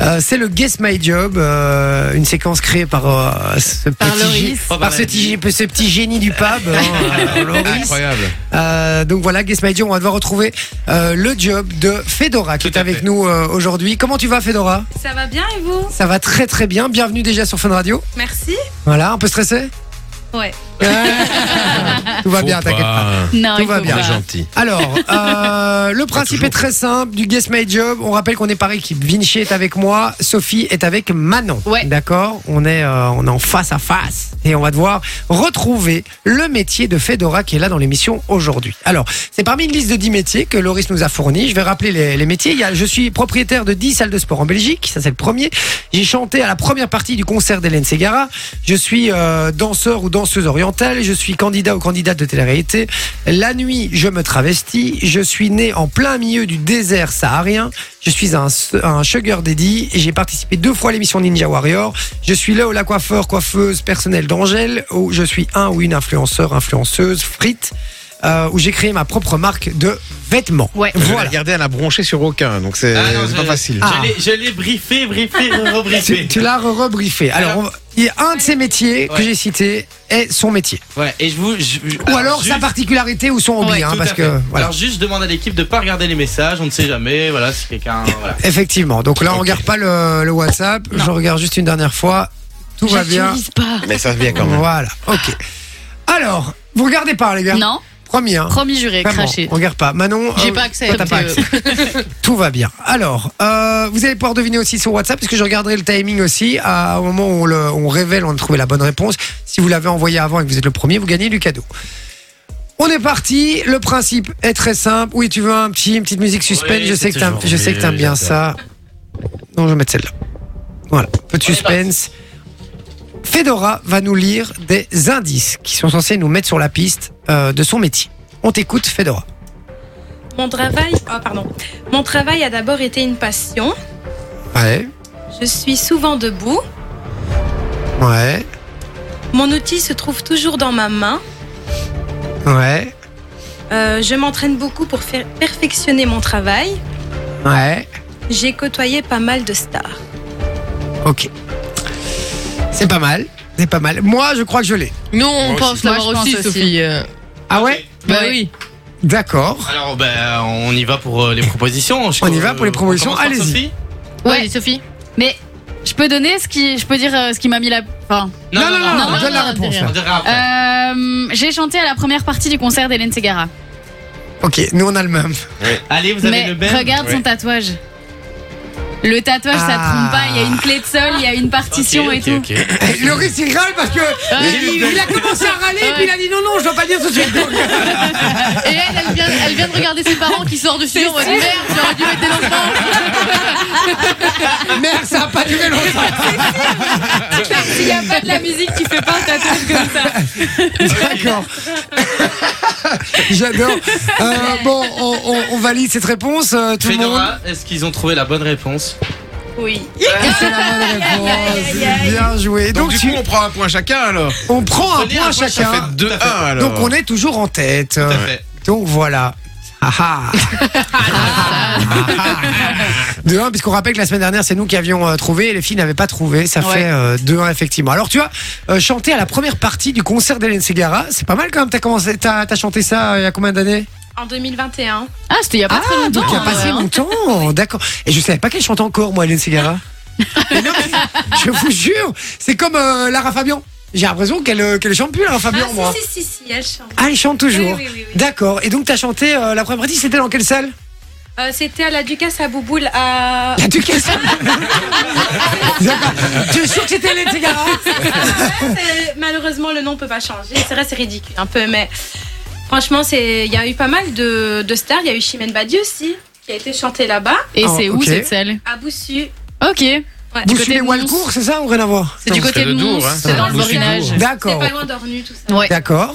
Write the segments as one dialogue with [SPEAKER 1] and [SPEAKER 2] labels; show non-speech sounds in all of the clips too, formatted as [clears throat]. [SPEAKER 1] Euh, c'est le Guess My Job, euh, une séquence créée par euh, ce
[SPEAKER 2] Par
[SPEAKER 1] petit,
[SPEAKER 2] Loris.
[SPEAKER 1] gé- par ce petit, gé- ce petit génie du
[SPEAKER 3] [laughs]
[SPEAKER 1] pub, hein, euh, Loris.
[SPEAKER 3] Ah, Incroyable.
[SPEAKER 1] Euh, donc voilà, Guess My Job, on va devoir retrouver euh, le job de Fedora qui
[SPEAKER 3] Tout
[SPEAKER 1] est
[SPEAKER 3] à
[SPEAKER 1] avec
[SPEAKER 3] fait.
[SPEAKER 1] nous euh, aujourd'hui. Comment tu vas, Fedora
[SPEAKER 2] Ça va bien et vous
[SPEAKER 1] Ça va très très bien. Bienvenue déjà sur Fun Radio.
[SPEAKER 2] Merci.
[SPEAKER 1] Voilà, un peu
[SPEAKER 3] [laughs]
[SPEAKER 1] stressé
[SPEAKER 2] Ouais.
[SPEAKER 1] Tout va
[SPEAKER 3] Faut
[SPEAKER 1] bien, t'inquiète pas.
[SPEAKER 2] Non,
[SPEAKER 1] Tout
[SPEAKER 2] il
[SPEAKER 1] va
[SPEAKER 2] faut
[SPEAKER 1] bien.
[SPEAKER 2] pas.
[SPEAKER 3] gentil.
[SPEAKER 1] Alors, euh, le principe est très simple du Guess My Job. On rappelle qu'on est par équipe. Vinci est avec moi, Sophie est avec Manon.
[SPEAKER 2] Ouais.
[SPEAKER 1] D'accord on, est, euh, on est en face à face et on va devoir retrouver le métier de Fedora qui est là dans l'émission aujourd'hui. Alors, c'est parmi une liste de 10 métiers que Loris nous a fourni. Je vais rappeler les, les métiers. Il y a, je suis propriétaire de 10 salles de sport en Belgique. Ça, c'est le premier. J'ai chanté à la première partie du concert d'Hélène Ségara. Je suis euh, danseur ou danseuse orientale. Je suis candidat ou candidate de télé-réalité. La nuit, je me travestis. Je suis né en plein milieu du désert saharien. Je suis un, un sugar daddy et j'ai participé deux fois à l'émission Ninja Warrior. Je suis là au la coiffeur, coiffeuse personnelle d'Angèle. Où je suis un ou une influenceur, influenceuse, frite. euh, où j'ai créé ma propre marque de vêtements.
[SPEAKER 2] Ouais.
[SPEAKER 3] Voilà.
[SPEAKER 1] Voilà.
[SPEAKER 3] Regardez, elle a bronché sur aucun, donc c'est
[SPEAKER 4] Ah non,
[SPEAKER 3] c'est
[SPEAKER 4] je-
[SPEAKER 3] pas facile.
[SPEAKER 1] Ah.
[SPEAKER 4] Je l'ai- Je l'ai briefé, briefé,
[SPEAKER 1] Tu,
[SPEAKER 4] rebriefé.
[SPEAKER 1] tu l'as re- rebriefé. Alors, on va- il y a un de ces métiers que
[SPEAKER 4] Ouais.
[SPEAKER 1] j'ai cité est son métier.
[SPEAKER 4] Voilà, et je vous. je- je-
[SPEAKER 1] Ou alors sa
[SPEAKER 4] juste-
[SPEAKER 1] particularité ou son hobby,
[SPEAKER 2] Ouais,
[SPEAKER 1] hein,
[SPEAKER 4] Tout à
[SPEAKER 1] parce
[SPEAKER 4] fait.
[SPEAKER 1] que voilà.
[SPEAKER 4] Alors juste je demande à l'équipe de pas regarder les messages, on ne sait jamais, voilà, si
[SPEAKER 1] [laughs]
[SPEAKER 4] quelqu'un. Voilà.
[SPEAKER 1] Effectivement. Donc là, on regarde pas le, le WhatsApp. Je regarde juste une dernière fois. Tout va bien.
[SPEAKER 2] J'actualise pas.
[SPEAKER 3] Mais ça vient quand même.
[SPEAKER 1] Voilà. Ok. Alors, vous regardez pas, les gars.
[SPEAKER 2] Non,
[SPEAKER 1] Promis. Hein.
[SPEAKER 2] promis juré,
[SPEAKER 1] Vraiment,
[SPEAKER 2] craché.
[SPEAKER 1] on regarde pas. Manon,
[SPEAKER 2] J'ai
[SPEAKER 1] euh,
[SPEAKER 2] pas accès.
[SPEAKER 1] toi, t'as pas
[SPEAKER 2] parce que-
[SPEAKER 1] accès.
[SPEAKER 2] [laughs]
[SPEAKER 1] Tout va bien. Alors, euh, vous allez pouvoir deviner aussi sur WhatsApp, parce que je regarderai le timing aussi. À, au moment où on, le- on révèle, on a trouvé la bonne réponse. Si vous l'avez envoyé avant et que vous êtes le premier, vous gagnez du cadeau. On est parti. Le principe est très simple. Oui, tu veux un petit, une petite musique suspense.
[SPEAKER 4] Oui,
[SPEAKER 1] je sais
[SPEAKER 4] c'est
[SPEAKER 1] que t'aimes,
[SPEAKER 4] toujours
[SPEAKER 1] je sais que
[SPEAKER 4] mieux,
[SPEAKER 1] t'aimes bien ça.
[SPEAKER 4] j'adore.
[SPEAKER 1] Non, je vais mettre celle-là. Voilà. Peu de
[SPEAKER 4] On est
[SPEAKER 1] suspense. Fedora va nous lire des indices qui sont censés nous mettre sur la piste euh, de son métier. On t'écoute, Fedora.
[SPEAKER 5] Mon travail, ah, pardon. Mon travail a d'abord été une passion.
[SPEAKER 1] Ouais.
[SPEAKER 5] Je suis souvent debout.
[SPEAKER 1] Ouais.
[SPEAKER 5] Mon outil se trouve toujours dans ma main.
[SPEAKER 1] Ouais.
[SPEAKER 5] Euh, je m'entraîne beaucoup pour faire perfectionner mon travail.
[SPEAKER 1] Ouais.
[SPEAKER 5] J'ai côtoyé pas mal de stars.
[SPEAKER 1] Ok. C'est pas mal. C'est pas mal. Moi, je crois que je l'ai.
[SPEAKER 6] Nous, on pense l'avoir
[SPEAKER 2] Moi, je
[SPEAKER 6] aussi,
[SPEAKER 2] pense aussi.
[SPEAKER 6] Sophie. euh.
[SPEAKER 1] Ah ouais
[SPEAKER 6] Bah oui.
[SPEAKER 1] D'accord.
[SPEAKER 4] Alors ben on y va pour euh, les propositions. Je-
[SPEAKER 1] On y va pour les
[SPEAKER 4] euh,
[SPEAKER 1] propositions,
[SPEAKER 4] on commence par
[SPEAKER 1] allez-y.
[SPEAKER 4] Sophie
[SPEAKER 6] Ouais, allez, Sophie. Mais je peux donner ce qui. Je peux dire euh, ce qui m'a mis la. Enfin.
[SPEAKER 4] Non non non.
[SPEAKER 6] non,
[SPEAKER 4] on
[SPEAKER 1] donne
[SPEAKER 4] dira-
[SPEAKER 1] la
[SPEAKER 6] non,
[SPEAKER 1] réponse.
[SPEAKER 6] derrière.
[SPEAKER 1] là.
[SPEAKER 4] On dira après.
[SPEAKER 6] Euh, J'ai chanté à la première partie du concert d'Hélène Segara.
[SPEAKER 1] Ok, nous on a le
[SPEAKER 4] [laughs]
[SPEAKER 1] même.
[SPEAKER 4] Allez, vous avez
[SPEAKER 6] Mais
[SPEAKER 4] le même.
[SPEAKER 6] regarde son
[SPEAKER 3] Ouais.
[SPEAKER 6] tatouage. Le tatouage, ça
[SPEAKER 1] Ah.
[SPEAKER 6] te trompe pas. Il y a une clé de sol, il y a une partition
[SPEAKER 4] Ok,
[SPEAKER 6] et
[SPEAKER 4] ok,
[SPEAKER 6] tout. Euh,
[SPEAKER 4] ok.
[SPEAKER 1] Eh, Loris il râle parce que
[SPEAKER 4] Ah,
[SPEAKER 1] il, il- il a commencé à râler et puis il a dit non non je dois pas dire tout de suite. Donc,
[SPEAKER 6] Et elle, elle vient, elle vient de regarder ses parents qui sortent de studio en mode merde, j'aurais dû mettre des
[SPEAKER 4] [laughs]
[SPEAKER 6] enfants.
[SPEAKER 1] [laughs] Merde ça a pas duré [laughs] longtemps.
[SPEAKER 6] Il n'y a pas de la musique qui fait pas un tatouage comme ça.
[SPEAKER 1] D'accord. [laughs] J'adore. Euh, bon on, on- on valide cette réponse euh, tout le monde.
[SPEAKER 4] Fedora, est-ce qu'ils ont trouvé la bonne réponse
[SPEAKER 5] Oui.
[SPEAKER 1] C'est la [laughs] bonne réponse. Bien joué. Donc,
[SPEAKER 3] Donc, du
[SPEAKER 1] tu-
[SPEAKER 3] coup, on prend un point chacun alors.
[SPEAKER 1] on, prend un
[SPEAKER 4] Prenez
[SPEAKER 1] point
[SPEAKER 4] point,
[SPEAKER 1] chacun.
[SPEAKER 4] ça fait
[SPEAKER 3] De
[SPEAKER 4] deux.
[SPEAKER 3] 1 alors.
[SPEAKER 1] Donc on est toujours en tête.
[SPEAKER 4] Euh, Tout à fait.
[SPEAKER 1] Donc voilà. Ah
[SPEAKER 4] [laughs]
[SPEAKER 1] ah. De 1, puisqu'on rappelle que la semaine dernière, c'est nous qui avions euh, trouvé et les filles n'avaient pas trouvé. Ça
[SPEAKER 6] Ouais.
[SPEAKER 1] fait euh, 2-1, effectivement. Alors, tu as euh, chanté à la première partie du concert d'Hélène Segara. C'est pas mal quand même. T'as commencé, t'as, t'as chanté ça euh, il y a combien d'années
[SPEAKER 5] En 2021.
[SPEAKER 6] Ah, c'était il n'y a pas très longtemps.
[SPEAKER 1] Donc, il y a
[SPEAKER 6] hein,
[SPEAKER 1] passé
[SPEAKER 6] ouais.
[SPEAKER 1] longtemps. D'accord. Et je savais pas qu'elle chante encore, moi, Hélène Segara. Mais non, mais je vous jure, c'est comme euh, Lara Fabian. J'ai l'impression qu'elle, euh, qu'elle chante plus, Lara Fabian,
[SPEAKER 5] ah,
[SPEAKER 1] moi.
[SPEAKER 5] si, si, si, si, elle chante.
[SPEAKER 1] Ah, elle chante toujours.
[SPEAKER 5] Oui, oui, oui, oui.
[SPEAKER 1] D'accord. Et donc, t'as chanté euh, la première partie, c'était dans quelle salle
[SPEAKER 5] Euh, C'était à la Ducasse à Bouboule à.
[SPEAKER 1] La Ducasse. D'accord. Tu es sûr que c'était Hélène Segara
[SPEAKER 5] Euh, malheureusement, le nom peut pas changer. C'est vrai, c'est ridicule un peu, mais franchement, c'est. Il y a eu pas mal de, de stars. Il y a eu Chimène Badi aussi, qui a été chantée là-bas,
[SPEAKER 6] Et
[SPEAKER 1] Ah,
[SPEAKER 6] c'est où
[SPEAKER 1] ok.
[SPEAKER 6] cette salle
[SPEAKER 5] à Boussu.
[SPEAKER 6] Ok.
[SPEAKER 5] Ouais.
[SPEAKER 1] Vous
[SPEAKER 6] côté
[SPEAKER 1] suivez
[SPEAKER 6] de
[SPEAKER 1] Walcourt,
[SPEAKER 6] Mons.
[SPEAKER 1] c'est ça ou rien à voir
[SPEAKER 6] C'est du
[SPEAKER 3] Non,
[SPEAKER 6] côté
[SPEAKER 3] c'est
[SPEAKER 6] de
[SPEAKER 3] le Dour,
[SPEAKER 6] Mons,
[SPEAKER 3] hein.
[SPEAKER 6] c'est dans le
[SPEAKER 4] Boussy Dour.
[SPEAKER 6] borinage.
[SPEAKER 5] C'est
[SPEAKER 1] D'accord.
[SPEAKER 5] pas loin d'Ornu, tout ça.
[SPEAKER 6] Ouais.
[SPEAKER 1] D'accord.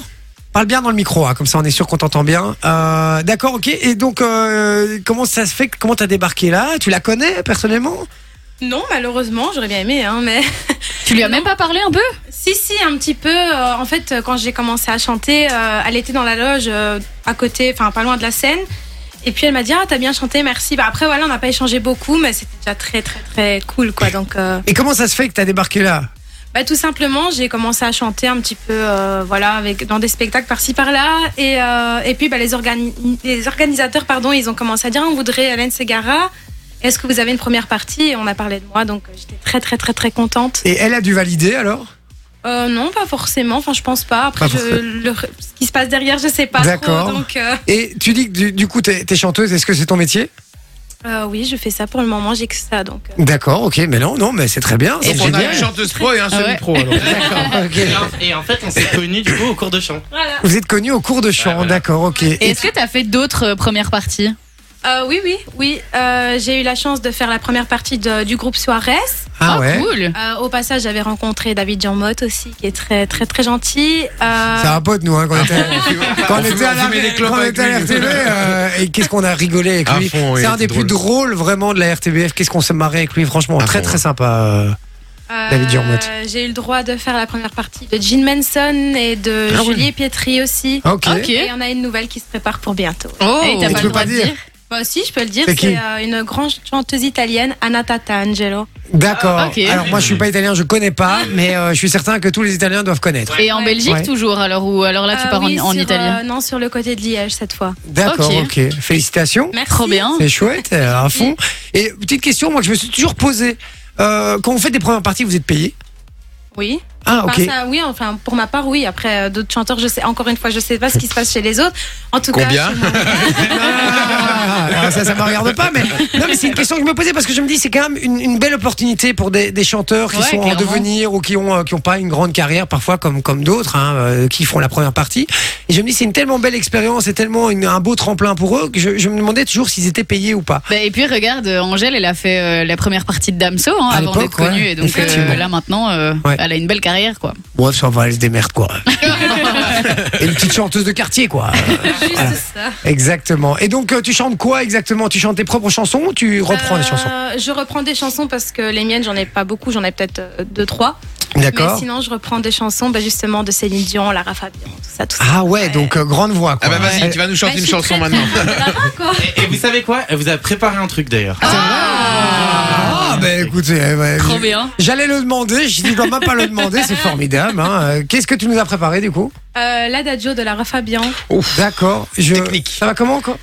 [SPEAKER 1] Parle bien dans le micro, hein, comme ça on est sûr qu'on t'entend bien. Euh, D'accord, ok. Et donc, euh, comment ça se fait que- Comment t'as débarqué là Tu la connais personnellement
[SPEAKER 5] Non, malheureusement, j'aurais bien aimé, hein, mais. [laughs]
[SPEAKER 6] Tu lui as même pas parlé un peu
[SPEAKER 5] Si, si, un petit peu. euh, en fait, euh, quand j'ai commencé à chanter, euh, elle était dans la loge euh, à côté, enfin pas loin de la scène. Et puis elle m'a dit ah t'as bien chanté merci. Bah après voilà on n'a pas échangé beaucoup mais c'était déjà très très très cool quoi donc. euh,
[SPEAKER 1] Et comment ça se fait que t'as débarqué là
[SPEAKER 5] Bah, tout simplement, j'ai commencé à chanter un petit peu, euh, voilà, avec dans des spectacles par-ci par-là, et, euh, et puis bah, les, organi- les organisateurs, pardon, ils ont commencé à dire, Ah, on voudrait Hélène Segara. Est-ce que vous avez une première partie Et on a parlé de moi, donc euh, j'étais très très très très contente.
[SPEAKER 1] Et elle a dû valider alors
[SPEAKER 5] Euh, non, pas forcément. Enfin, je pense pas. Après,
[SPEAKER 1] Pas
[SPEAKER 5] je- le- ce qui se passe derrière, je sais pas
[SPEAKER 1] D'accord.
[SPEAKER 5] trop. Donc, euh,
[SPEAKER 1] Et tu dis que du, du coup t'es t'es chanteuse, est-ce que c'est ton métier
[SPEAKER 5] euh, oui, je fais ça pour le moment. J'ai que ça, donc. euh,
[SPEAKER 1] D'accord, ok, mais non, non, mais c'est très bien, c'est
[SPEAKER 3] Donc on a une
[SPEAKER 1] génial.
[SPEAKER 3] chanteuse pro et un
[SPEAKER 6] ouais.
[SPEAKER 3] semi-pro. [laughs] alors.
[SPEAKER 1] D'accord, ok.
[SPEAKER 4] Et en- Et en fait, on s'est connus du coup au cours de chant.
[SPEAKER 5] Voilà.
[SPEAKER 1] Vous êtes connu au cours de chant,
[SPEAKER 4] Ouais, voilà.
[SPEAKER 1] d'accord, ok.
[SPEAKER 6] Et
[SPEAKER 1] Et
[SPEAKER 6] est-ce que t'as fait d'autres euh, premières parties
[SPEAKER 5] Euh, oui, oui, oui. Euh, j'ai eu la chance de faire la première partie de- du groupe Suarez.
[SPEAKER 1] ah
[SPEAKER 6] Oh,
[SPEAKER 1] ouais.
[SPEAKER 6] cool.
[SPEAKER 5] Euh, au passage, j'avais rencontré David Janmotte aussi, qui est très très très gentil. Euh,
[SPEAKER 1] C'est un pote, nous, hein, quand on était, quand on
[SPEAKER 3] fumait-
[SPEAKER 1] était à
[SPEAKER 3] on
[SPEAKER 1] la,
[SPEAKER 3] fumait des clopes
[SPEAKER 1] quand on
[SPEAKER 3] avec
[SPEAKER 1] était à la
[SPEAKER 3] lui.
[SPEAKER 1] RTV, euh, et qu'est-ce qu'on a rigolé avec
[SPEAKER 3] À
[SPEAKER 1] lui.
[SPEAKER 3] fond, oui,
[SPEAKER 1] c'est un
[SPEAKER 3] c'était
[SPEAKER 1] des plus drôles, vraiment, de la RTBF. Qu'est-ce qu'on s'est marré avec lui, franchement.
[SPEAKER 3] À
[SPEAKER 1] très,
[SPEAKER 3] fond,
[SPEAKER 1] très
[SPEAKER 3] ouais.
[SPEAKER 1] sympa. euh.
[SPEAKER 5] euh,
[SPEAKER 1] David Janmotte.
[SPEAKER 5] J'ai eu le droit de faire la première partie de Gene Manson et de
[SPEAKER 1] Ah oui. Ah,
[SPEAKER 5] Julie Pietri aussi.
[SPEAKER 1] Ok.
[SPEAKER 6] Ok.
[SPEAKER 5] Et on a une nouvelle qui se prépare pour bientôt.
[SPEAKER 6] Oh,
[SPEAKER 5] Et
[SPEAKER 1] Et
[SPEAKER 5] t'as
[SPEAKER 1] tu
[SPEAKER 5] pas
[SPEAKER 1] peux
[SPEAKER 5] le
[SPEAKER 1] pas
[SPEAKER 5] droit de
[SPEAKER 1] dire.
[SPEAKER 5] dire. Bah si, je peux le dire.
[SPEAKER 1] C'est qui
[SPEAKER 5] C'est euh, une grande chanteuse italienne, Anna Tatangelo.
[SPEAKER 1] D'accord.
[SPEAKER 6] Ah, ok.
[SPEAKER 1] Alors, moi, je suis pas italien, je connais pas, mais euh, je suis certain que tous les Italiens doivent connaître.
[SPEAKER 6] Et en Belgique
[SPEAKER 1] Ouais.
[SPEAKER 6] toujours alors ou alors là Ah, tu
[SPEAKER 5] Euh,
[SPEAKER 6] pars en-
[SPEAKER 5] oui,
[SPEAKER 6] en,
[SPEAKER 5] sur,
[SPEAKER 6] Italie.
[SPEAKER 5] euh, non, sur le côté de Liège cette fois.
[SPEAKER 1] D'accord,
[SPEAKER 6] Ok.
[SPEAKER 1] ok. Félicitations.
[SPEAKER 5] Merci.
[SPEAKER 6] Trop bien.
[SPEAKER 1] C'est chouette, euh, à fond. Et petite question, moi, que je me suis toujours posée. Euh, quand vous faites des premières parties, vous êtes payé
[SPEAKER 5] Oui.
[SPEAKER 1] Ah, ok.
[SPEAKER 5] Enfin, ça, oui, enfin, pour ma part, oui. Après, euh, d'autres chanteurs, je sais, encore une fois, je sais pas ce qui se passe chez les autres. En tout
[SPEAKER 3] Combien
[SPEAKER 5] cas, chez moi,
[SPEAKER 1] Ah, alors ça, ça me regarde pas, mais non, mais c'est une question que je me posais parce que je me dis c'est quand même une, une belle opportunité pour des, des chanteurs qui
[SPEAKER 6] Ouais,
[SPEAKER 1] sont en
[SPEAKER 6] clairement.
[SPEAKER 1] devenir ou qui ont euh, qui ont pas une grande carrière parfois comme comme d'autres hein, euh, qui font la première partie. Et je me dis c'est une tellement belle expérience et tellement une- un beau tremplin pour eux que je, je me demandais toujours s'ils étaient payés ou pas.
[SPEAKER 6] Bah, et puis regarde, euh, Angèle, elle a fait euh, la première partie de Damso hein,
[SPEAKER 1] À
[SPEAKER 6] avant
[SPEAKER 1] l'époque,
[SPEAKER 6] d'être connue,
[SPEAKER 1] ouais,
[SPEAKER 6] et donc euh,
[SPEAKER 1] effectivement.
[SPEAKER 6] là maintenant, euh,
[SPEAKER 1] Ouais.
[SPEAKER 6] elle a une belle carrière quoi.
[SPEAKER 1] Bref, ça va, elle se démerde
[SPEAKER 6] [laughs]
[SPEAKER 1] quoi. et une petite chanteuse de quartier quoi. Euh,
[SPEAKER 5] Juste ça.
[SPEAKER 1] Exactement. Et donc euh, tu chantes quoi exactement Tu chantes tes propres chansons ou tu reprends les
[SPEAKER 5] Euh,
[SPEAKER 1] chansons
[SPEAKER 5] Je reprends des chansons parce que les miennes, j'en ai pas beaucoup, j'en ai peut-être euh, deux, trois. Mais
[SPEAKER 1] D'accord.
[SPEAKER 5] sinon, je reprends des chansons bah, justement de Céline Dion, Lara Fabian, tout ça, tout ça.
[SPEAKER 1] Ah ouais, donc euh, grande voix.
[SPEAKER 3] Ah
[SPEAKER 1] Quoi.
[SPEAKER 3] bah vas-y, tu vas nous
[SPEAKER 5] Bah,
[SPEAKER 3] chanter
[SPEAKER 5] je
[SPEAKER 3] une
[SPEAKER 5] suis
[SPEAKER 3] chanson
[SPEAKER 5] très, très
[SPEAKER 3] maintenant.
[SPEAKER 5] fan de Lara, quoi.
[SPEAKER 4] Et, et vous savez quoi Elle vous a préparé un truc d'ailleurs.
[SPEAKER 1] Ah, bah écoutez, eh, ouais,
[SPEAKER 6] Trop
[SPEAKER 1] je-
[SPEAKER 6] bien.
[SPEAKER 1] j'allais le demander, je dis, dois même pas le demander, c'est formidable. hein. Euh, Qu'est-ce que tu nous as préparé du coup
[SPEAKER 5] Euh, L'adagio de Lara Fabian.
[SPEAKER 1] D'accord. Je...
[SPEAKER 3] Technique.
[SPEAKER 1] Ça va comment quoi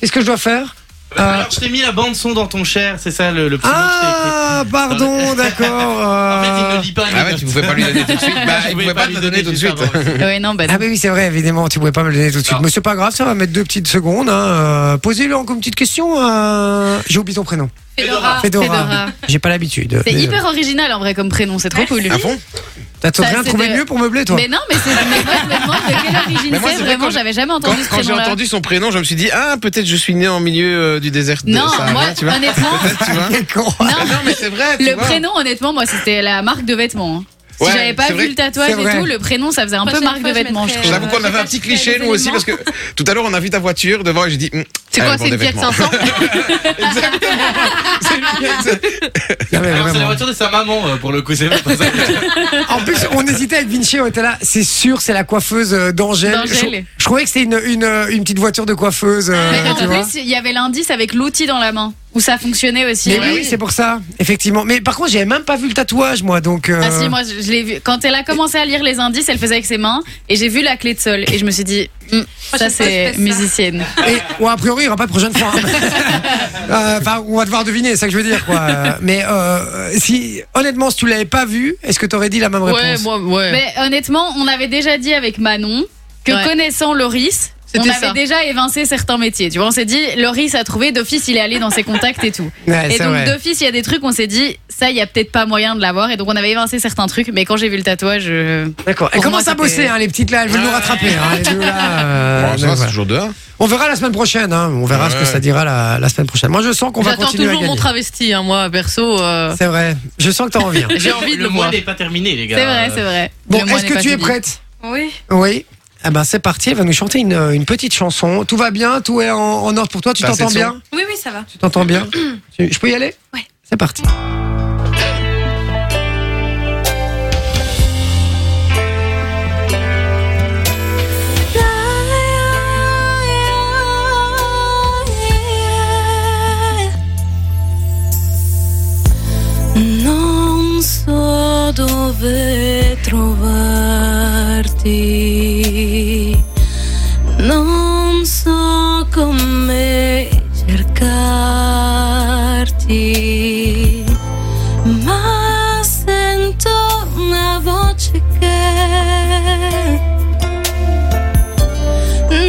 [SPEAKER 1] Qu'est-ce que je dois faire Euh,
[SPEAKER 4] Alors, je t'ai mis la bande son dans ton chair, c'est ça le, le petit mot que je t'ai écrit.
[SPEAKER 1] Ah, pardon,
[SPEAKER 4] [laughs]
[SPEAKER 1] d'accord.
[SPEAKER 4] En fait, il
[SPEAKER 1] euh,
[SPEAKER 4] ne lit pas. les
[SPEAKER 3] Ah ouais,
[SPEAKER 4] notes.
[SPEAKER 3] tu pouvais pas lui donner tout de
[SPEAKER 4] [laughs]
[SPEAKER 3] suite. Bah,
[SPEAKER 4] Je
[SPEAKER 3] il pouvait pas te
[SPEAKER 4] lui
[SPEAKER 3] la donner [laughs] tout de suite.
[SPEAKER 4] avant.
[SPEAKER 6] Ouais, non, bah,
[SPEAKER 1] Ah bah oui, c'est vrai, évidemment, tu pouvais pas me le donner tout de suite.
[SPEAKER 4] Non.
[SPEAKER 1] Mais c'est pas grave, ça va mettre deux petites secondes. hein. Euh, Posez-le encore une petite question. euh, J'ai oublié ton prénom.
[SPEAKER 5] Fedora.
[SPEAKER 1] Fedora.
[SPEAKER 6] Ah, Fedora.
[SPEAKER 1] J'ai pas l'habitude.
[SPEAKER 6] c'est
[SPEAKER 1] Désolé.
[SPEAKER 6] hyper original en vrai comme prénom, c'est trop cool.
[SPEAKER 3] À fond
[SPEAKER 1] T'as
[SPEAKER 6] Ça,
[SPEAKER 1] rien
[SPEAKER 6] c'est
[SPEAKER 1] trouvé de
[SPEAKER 6] de-
[SPEAKER 1] mieux pour meubler, toi
[SPEAKER 6] Mais non, mais, c'est, mais moi je me demande de quelle origine
[SPEAKER 3] Mais moi,
[SPEAKER 6] c'est.
[SPEAKER 3] c'est vrai
[SPEAKER 6] Vraiment,
[SPEAKER 3] quand-
[SPEAKER 6] j'avais jamais
[SPEAKER 3] Quand,
[SPEAKER 6] entendu ce
[SPEAKER 3] quand j'ai
[SPEAKER 6] prénom-là.
[SPEAKER 3] entendu son prénom, je me suis dit, ah, peut-être je suis né en milieu euh, du désert de
[SPEAKER 6] Non,
[SPEAKER 3] Sahara,
[SPEAKER 6] moi,
[SPEAKER 3] tu vois. [laughs]
[SPEAKER 6] honnêtement,
[SPEAKER 1] [laughs]
[SPEAKER 3] Peut-être, tu vois.
[SPEAKER 1] Quel con.
[SPEAKER 3] Ah non, mais c'est vrai, tu
[SPEAKER 6] le
[SPEAKER 3] vois.
[SPEAKER 6] prénom, honnêtement, moi c'était la marque de vêtements. hein. Si
[SPEAKER 3] Ouais,
[SPEAKER 6] j'avais pas
[SPEAKER 3] c'est
[SPEAKER 6] vu
[SPEAKER 3] vrai.
[SPEAKER 6] le tatouage
[SPEAKER 1] C'est
[SPEAKER 6] et
[SPEAKER 1] vrai.
[SPEAKER 6] tout, le prénom ça faisait un peu
[SPEAKER 5] Prochaine
[SPEAKER 6] marque de
[SPEAKER 5] fois, je
[SPEAKER 6] vêtements, je
[SPEAKER 5] mettrai,
[SPEAKER 6] trouve.
[SPEAKER 3] J'avoue qu'on avait un petit cliché, nous aussi, parce que tout à l'heure, on a vu ta voiture devant et j'ai dit, Hum,
[SPEAKER 6] C'est
[SPEAKER 3] elle
[SPEAKER 6] quoi,
[SPEAKER 3] vend
[SPEAKER 6] c'est
[SPEAKER 3] des
[SPEAKER 6] une Fiat
[SPEAKER 3] vêtements. [laughs]
[SPEAKER 6] 500
[SPEAKER 3] Exactement. C'est une Fiat.
[SPEAKER 1] Non, mais
[SPEAKER 4] Alors, c'est la
[SPEAKER 1] vraiment.
[SPEAKER 4] voiture de sa maman euh, pour le coup, c'est même pas ça.
[SPEAKER 3] [laughs]
[SPEAKER 1] En plus, on hésitait avec Vinci, on était là. C'est sûr, c'est la coiffeuse euh, d'Angèle. Je,
[SPEAKER 6] D'Angèle. Ah,
[SPEAKER 1] je trouvais que c'était une, une, euh, une petite voiture de coiffeuse. euh,
[SPEAKER 6] Mais en
[SPEAKER 1] tu vois.
[SPEAKER 6] plus, il y avait l'indice avec l'outil dans la main, où ça fonctionnait aussi.
[SPEAKER 1] Mais oui, c'est pour ça, effectivement. Mais par contre, j'avais même pas vu le tatouage, moi. Donc, euh,
[SPEAKER 6] Ah si, moi je je l'ai vu. Quand elle a commencé à lire les indices, elle faisait avec ses mains et j'ai vu la clé de sol et je me suis dit, Hum, ça
[SPEAKER 5] Prochaine fois, je
[SPEAKER 6] c'est
[SPEAKER 5] fais ça.
[SPEAKER 6] musicienne.
[SPEAKER 1] et, ouais, a priori, il n'y aura pas de prochaine fois.
[SPEAKER 6] [laughs]
[SPEAKER 1] hein. Euh, Enfin, on va devoir deviner, c'est ça que je veux dire, quoi. Euh, Mais euh, si, honnêtement, si tu l'avais pas vu, est-ce que tu aurais dit la même réponse
[SPEAKER 7] moi, ouais.
[SPEAKER 6] Mais honnêtement, on avait déjà dit avec Manon que
[SPEAKER 7] Ouais.
[SPEAKER 6] connaissant Loris, on
[SPEAKER 7] C'était
[SPEAKER 6] avait
[SPEAKER 7] ça.
[SPEAKER 6] déjà évincé certains métiers. Tu vois, on s'est dit, Loris a trouvé, d'office il est allé dans ses contacts
[SPEAKER 1] [laughs]
[SPEAKER 6] et tout.
[SPEAKER 1] Ouais,
[SPEAKER 6] Et
[SPEAKER 1] c'est
[SPEAKER 6] donc
[SPEAKER 1] vrai.
[SPEAKER 6] d'office, il y a des trucs, on s'est dit, ça, il y a peut-être pas moyen de l'avoir. Et donc on avait évincé certains trucs, mais quand j'ai vu le tatouage, euh, je-
[SPEAKER 1] D'accord. Elles
[SPEAKER 6] pour moi,
[SPEAKER 1] commencent à
[SPEAKER 6] c'était- Ah.
[SPEAKER 1] bosser, hein, les petites là, elles veulent nous rattraper. hein, les deux, là, euh,
[SPEAKER 3] Bon, ça,
[SPEAKER 1] donc,
[SPEAKER 3] c'est hein.
[SPEAKER 1] voilà.
[SPEAKER 3] toujours dehors.
[SPEAKER 1] On verra la semaine prochaine, hein. on verra
[SPEAKER 3] Ouais.
[SPEAKER 1] ce que ça dira la, la semaine prochaine. Moi je sens qu'on va
[SPEAKER 7] J'attends
[SPEAKER 1] continuer à
[SPEAKER 7] toujours mon
[SPEAKER 1] gagner.
[SPEAKER 7] travesti, hein, moi, perso. euh,
[SPEAKER 1] C'est vrai, je sens que t'en
[SPEAKER 7] [laughs]
[SPEAKER 1] reviens.
[SPEAKER 7] J'ai envie de
[SPEAKER 4] Le
[SPEAKER 7] le
[SPEAKER 4] mois
[SPEAKER 7] voir.
[SPEAKER 4] n'est pas terminé, les gars.
[SPEAKER 6] c'est vrai, c'est vrai.
[SPEAKER 1] euh, Bon,
[SPEAKER 6] Le mois
[SPEAKER 1] est-ce
[SPEAKER 6] n'est
[SPEAKER 1] que
[SPEAKER 6] pas
[SPEAKER 1] tu es
[SPEAKER 6] fini.
[SPEAKER 1] prête
[SPEAKER 5] Oui.
[SPEAKER 1] Oui. Ah ben c'est parti, elle va nous chanter une, une petite chanson. Tout va bien, tout est en, en ordre pour toi, tu
[SPEAKER 3] T'as assez
[SPEAKER 1] t'entends
[SPEAKER 3] de
[SPEAKER 1] bien
[SPEAKER 5] Oui, oui, ça va.
[SPEAKER 1] Tu t'entends
[SPEAKER 7] [clears throat]
[SPEAKER 1] bien Tu- Je peux y aller
[SPEAKER 5] Ouais.
[SPEAKER 1] C'est parti.
[SPEAKER 8] Ai, ai, ai, dove trovarti. Non so come cercarti, ma sento una voce che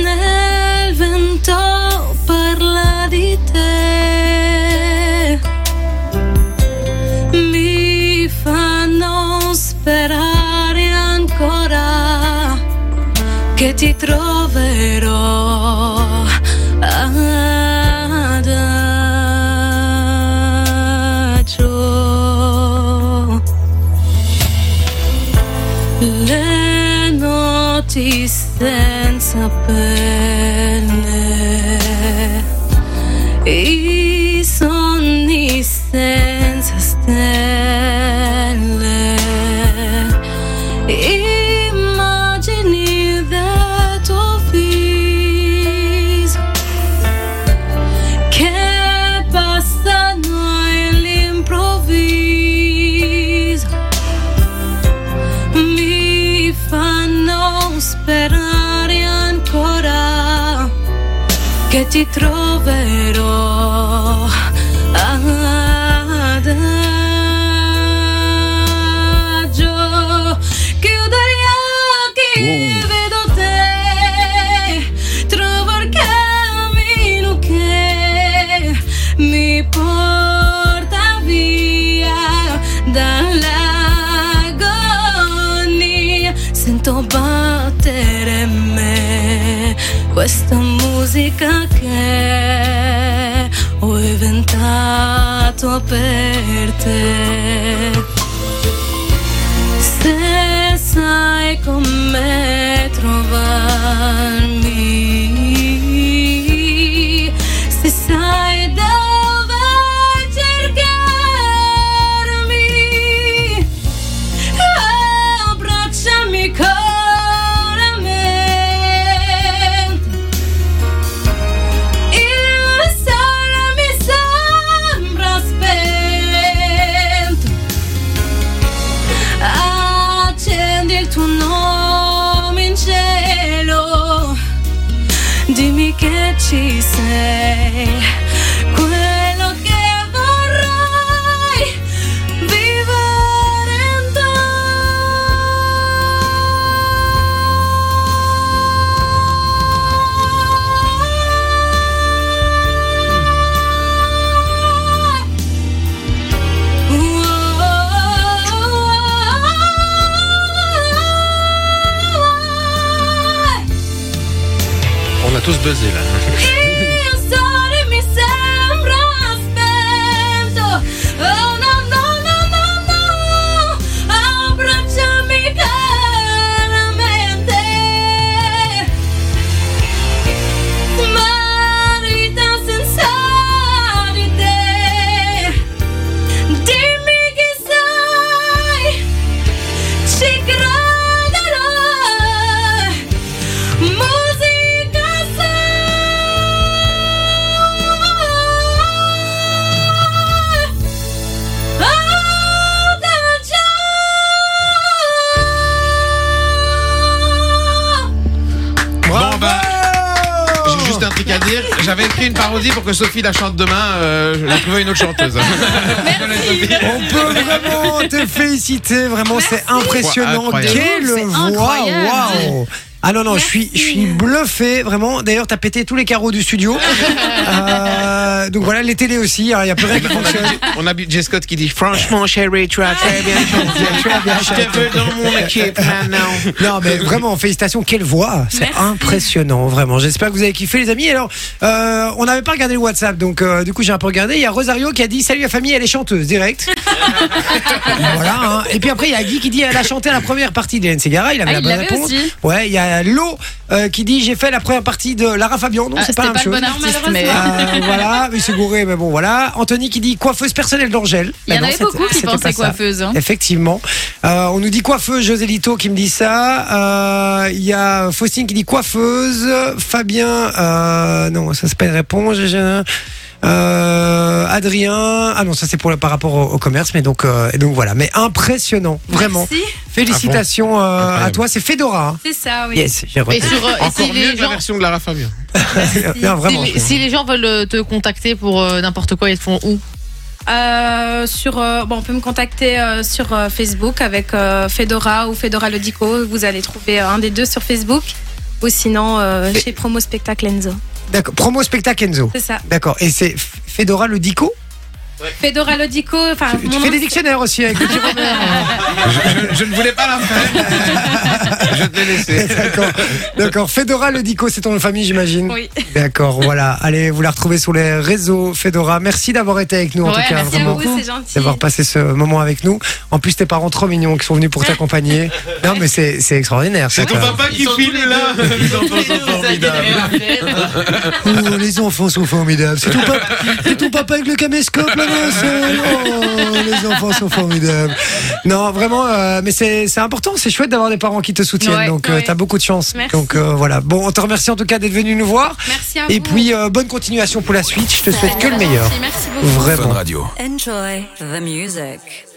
[SPEAKER 8] nel vento parla di te. Mi fanno sperare ancora che ti troverò. ad agio. Le notti senza penne, i sonni senza stelle, immagini del tuo viso che passano all'improvviso mi fanno sperare ancora che ti troverò ad agio. Chiudo gli occhi e vedo te, trovo il cammino che mi porta via dall'agonia. Sento battere me questa musica che ho inventato per te. Se sai come trovarmi, se sai dove cercarmi, abbracciami con me. Il sole mi sembra spento Accendi il tuo nome in cielo, dimmi che ci sei. Quello che vorrai vivere in te. Whoa.
[SPEAKER 3] On a tous buzzé là.
[SPEAKER 8] Il sole mi sembra spento. Oh no, no, no, no, no. Abbracciami caramente. Marita senza di te. Dimmi chi sei. Ci crederai. Musica sei Ad agio.
[SPEAKER 1] Bravo
[SPEAKER 3] Bon, bah, J'ai juste un truc à dire. J'avais écrit une parodie pour que Sophie la chante demain. euh, je vais trouver une autre chanteuse. hein.
[SPEAKER 1] On peut vraiment te féliciter, vraiment, c'est impressionnant.
[SPEAKER 3] Incroyable.
[SPEAKER 1] Quelle
[SPEAKER 6] C'est
[SPEAKER 1] voix,
[SPEAKER 6] incroyable.
[SPEAKER 1] waouh ah non, non, je suis, je suis bluffé, vraiment. D'ailleurs, t'as pété tous les carreaux du
[SPEAKER 6] [laughs]
[SPEAKER 1] studio. Euh, donc voilà, les télés aussi, hein, il n'y a plus rien qui
[SPEAKER 6] Bah,
[SPEAKER 1] fonctionne.
[SPEAKER 3] On a J. Scott qui dit Franchement, chérie, tu as très bien chanté.
[SPEAKER 1] Tu as bien
[SPEAKER 3] Je te
[SPEAKER 1] chanté.
[SPEAKER 3] veux dans mon équipe maintenant.
[SPEAKER 1] Non, mais vraiment, félicitations, quelle voix C'est impressionnant, vraiment. J'espère que vous avez kiffé, les amis. Alors, euh, on n'avait pas regardé le WhatsApp, donc euh, du coup, j'ai un peu regardé. Il y a Rosario qui a dit Salut la famille, elle est chanteuse,
[SPEAKER 7] [laughs]
[SPEAKER 1] direct. voilà. hein. Et puis après, il y a Guy qui dit Elle a chanté la première partie d'Hélène Segara, il avait
[SPEAKER 6] Ah,
[SPEAKER 1] la
[SPEAKER 6] il
[SPEAKER 1] bonne
[SPEAKER 6] l'avait
[SPEAKER 1] réponse.
[SPEAKER 6] aussi.
[SPEAKER 1] Ouais, il y a Lo euh, qui dit J'ai fait la première partie de Lara Fabian, donc
[SPEAKER 7] Ah,
[SPEAKER 1] c'est
[SPEAKER 7] C'était
[SPEAKER 1] pas la
[SPEAKER 7] pas,
[SPEAKER 1] même
[SPEAKER 7] le
[SPEAKER 1] chose.
[SPEAKER 7] bon artiste, mais.
[SPEAKER 1] Euh, voilà, il s'est gouré, mais bon, voilà. Anthony qui dit coiffeuse personnelle d'Angèle.
[SPEAKER 7] Il
[SPEAKER 1] Ben
[SPEAKER 7] y en
[SPEAKER 1] non,
[SPEAKER 7] avait
[SPEAKER 1] c'était-
[SPEAKER 7] beaucoup qui
[SPEAKER 1] c'était pas
[SPEAKER 7] pensaient
[SPEAKER 1] ça.
[SPEAKER 7] coiffeuse. hein.
[SPEAKER 1] Effectivement. Euh, on nous dit coiffeuse, José Lito qui me dit ça. Euh, Il y a Faustine qui dit coiffeuse. Fabien, euh, non, ça c'est pas une réponse. Je- je- Euh, Adrien, ah non, ça c'est pour le- par rapport au, au commerce, mais donc, euh, et donc voilà. Mais impressionnant, vraiment.
[SPEAKER 5] Merci. Ah
[SPEAKER 1] Félicitations euh, à
[SPEAKER 3] Incroyable.
[SPEAKER 1] toi, c'est Fedora. hein.
[SPEAKER 5] C'est ça, oui.
[SPEAKER 1] Yes, j'ai
[SPEAKER 7] Et
[SPEAKER 1] retenu.
[SPEAKER 7] sur, euh, et si,
[SPEAKER 3] Encore mieux
[SPEAKER 7] les
[SPEAKER 3] que la
[SPEAKER 7] gens,
[SPEAKER 3] version de Lara Fabian.
[SPEAKER 1] [laughs] Non, Eh ben, vraiment.
[SPEAKER 7] si les- si les gens veulent euh, te contacter pour euh, n'importe quoi, ils te font où
[SPEAKER 5] Euh, sur, euh, bon, on peut me contacter euh, sur euh, Facebook avec euh, Fedora ou Fedora Lodico. Vous allez trouver euh, un des deux sur Facebook. Ou sinon, euh, chez Promo Spectacle Enzo.
[SPEAKER 1] D'accord. Promo spectacle Enzo.
[SPEAKER 5] C'est ça.
[SPEAKER 1] D'accord. Et c'est F- Fedora le Dico
[SPEAKER 5] Fedora Lodico, enfin,
[SPEAKER 1] Tu
[SPEAKER 5] mon
[SPEAKER 1] fais
[SPEAKER 5] nom,
[SPEAKER 1] des dictionnaires aussi avec le petit
[SPEAKER 3] Je, je ne voulais pas la faire. je te l'ai laissé.
[SPEAKER 1] [laughs] D'accord. D'accord. Fedora le Dico, c'est ton nom de famille, j'imagine.
[SPEAKER 5] Oui.
[SPEAKER 1] D'accord. Voilà. Allez, vous la retrouvez sur les réseaux Fedora. Merci d'avoir été avec nous en
[SPEAKER 7] Ouais,
[SPEAKER 1] tout cas.
[SPEAKER 5] merci à
[SPEAKER 1] vraiment.
[SPEAKER 5] vous, c'est gentil.
[SPEAKER 1] D'avoir passé ce moment avec nous. En plus, tes parents trop mignons qui sont venus
[SPEAKER 5] [laughs]
[SPEAKER 1] pour t'accompagner. Non, mais c'est c'est extraordinaire.
[SPEAKER 3] C'est
[SPEAKER 1] cette,
[SPEAKER 3] ton
[SPEAKER 1] euh,
[SPEAKER 3] papa qui filme là.
[SPEAKER 4] [laughs]
[SPEAKER 3] Les enfants sont
[SPEAKER 1] Oh, les
[SPEAKER 3] formidables.
[SPEAKER 1] enfants sont formidables. C'est ton, pap- c'est ton papa avec le caméscope là Oh, les enfants sont formidables. Non, vraiment, euh, mais c'est c'est important, c'est chouette d'avoir des parents qui te soutiennent.
[SPEAKER 5] Ouais,
[SPEAKER 1] donc, euh,
[SPEAKER 5] ouais.
[SPEAKER 1] t'as beaucoup de chance.
[SPEAKER 5] Merci.
[SPEAKER 1] Donc, euh, voilà. Bon, on te remercie en tout cas d'être venu nous voir.
[SPEAKER 5] Merci à
[SPEAKER 1] Et
[SPEAKER 5] vous.
[SPEAKER 1] puis, euh, bonne continuation pour la suite. Je te souhaite que le meilleur.
[SPEAKER 5] Merci beaucoup.
[SPEAKER 1] Vraiment.
[SPEAKER 9] Fun Radio.
[SPEAKER 8] Enjoy the music.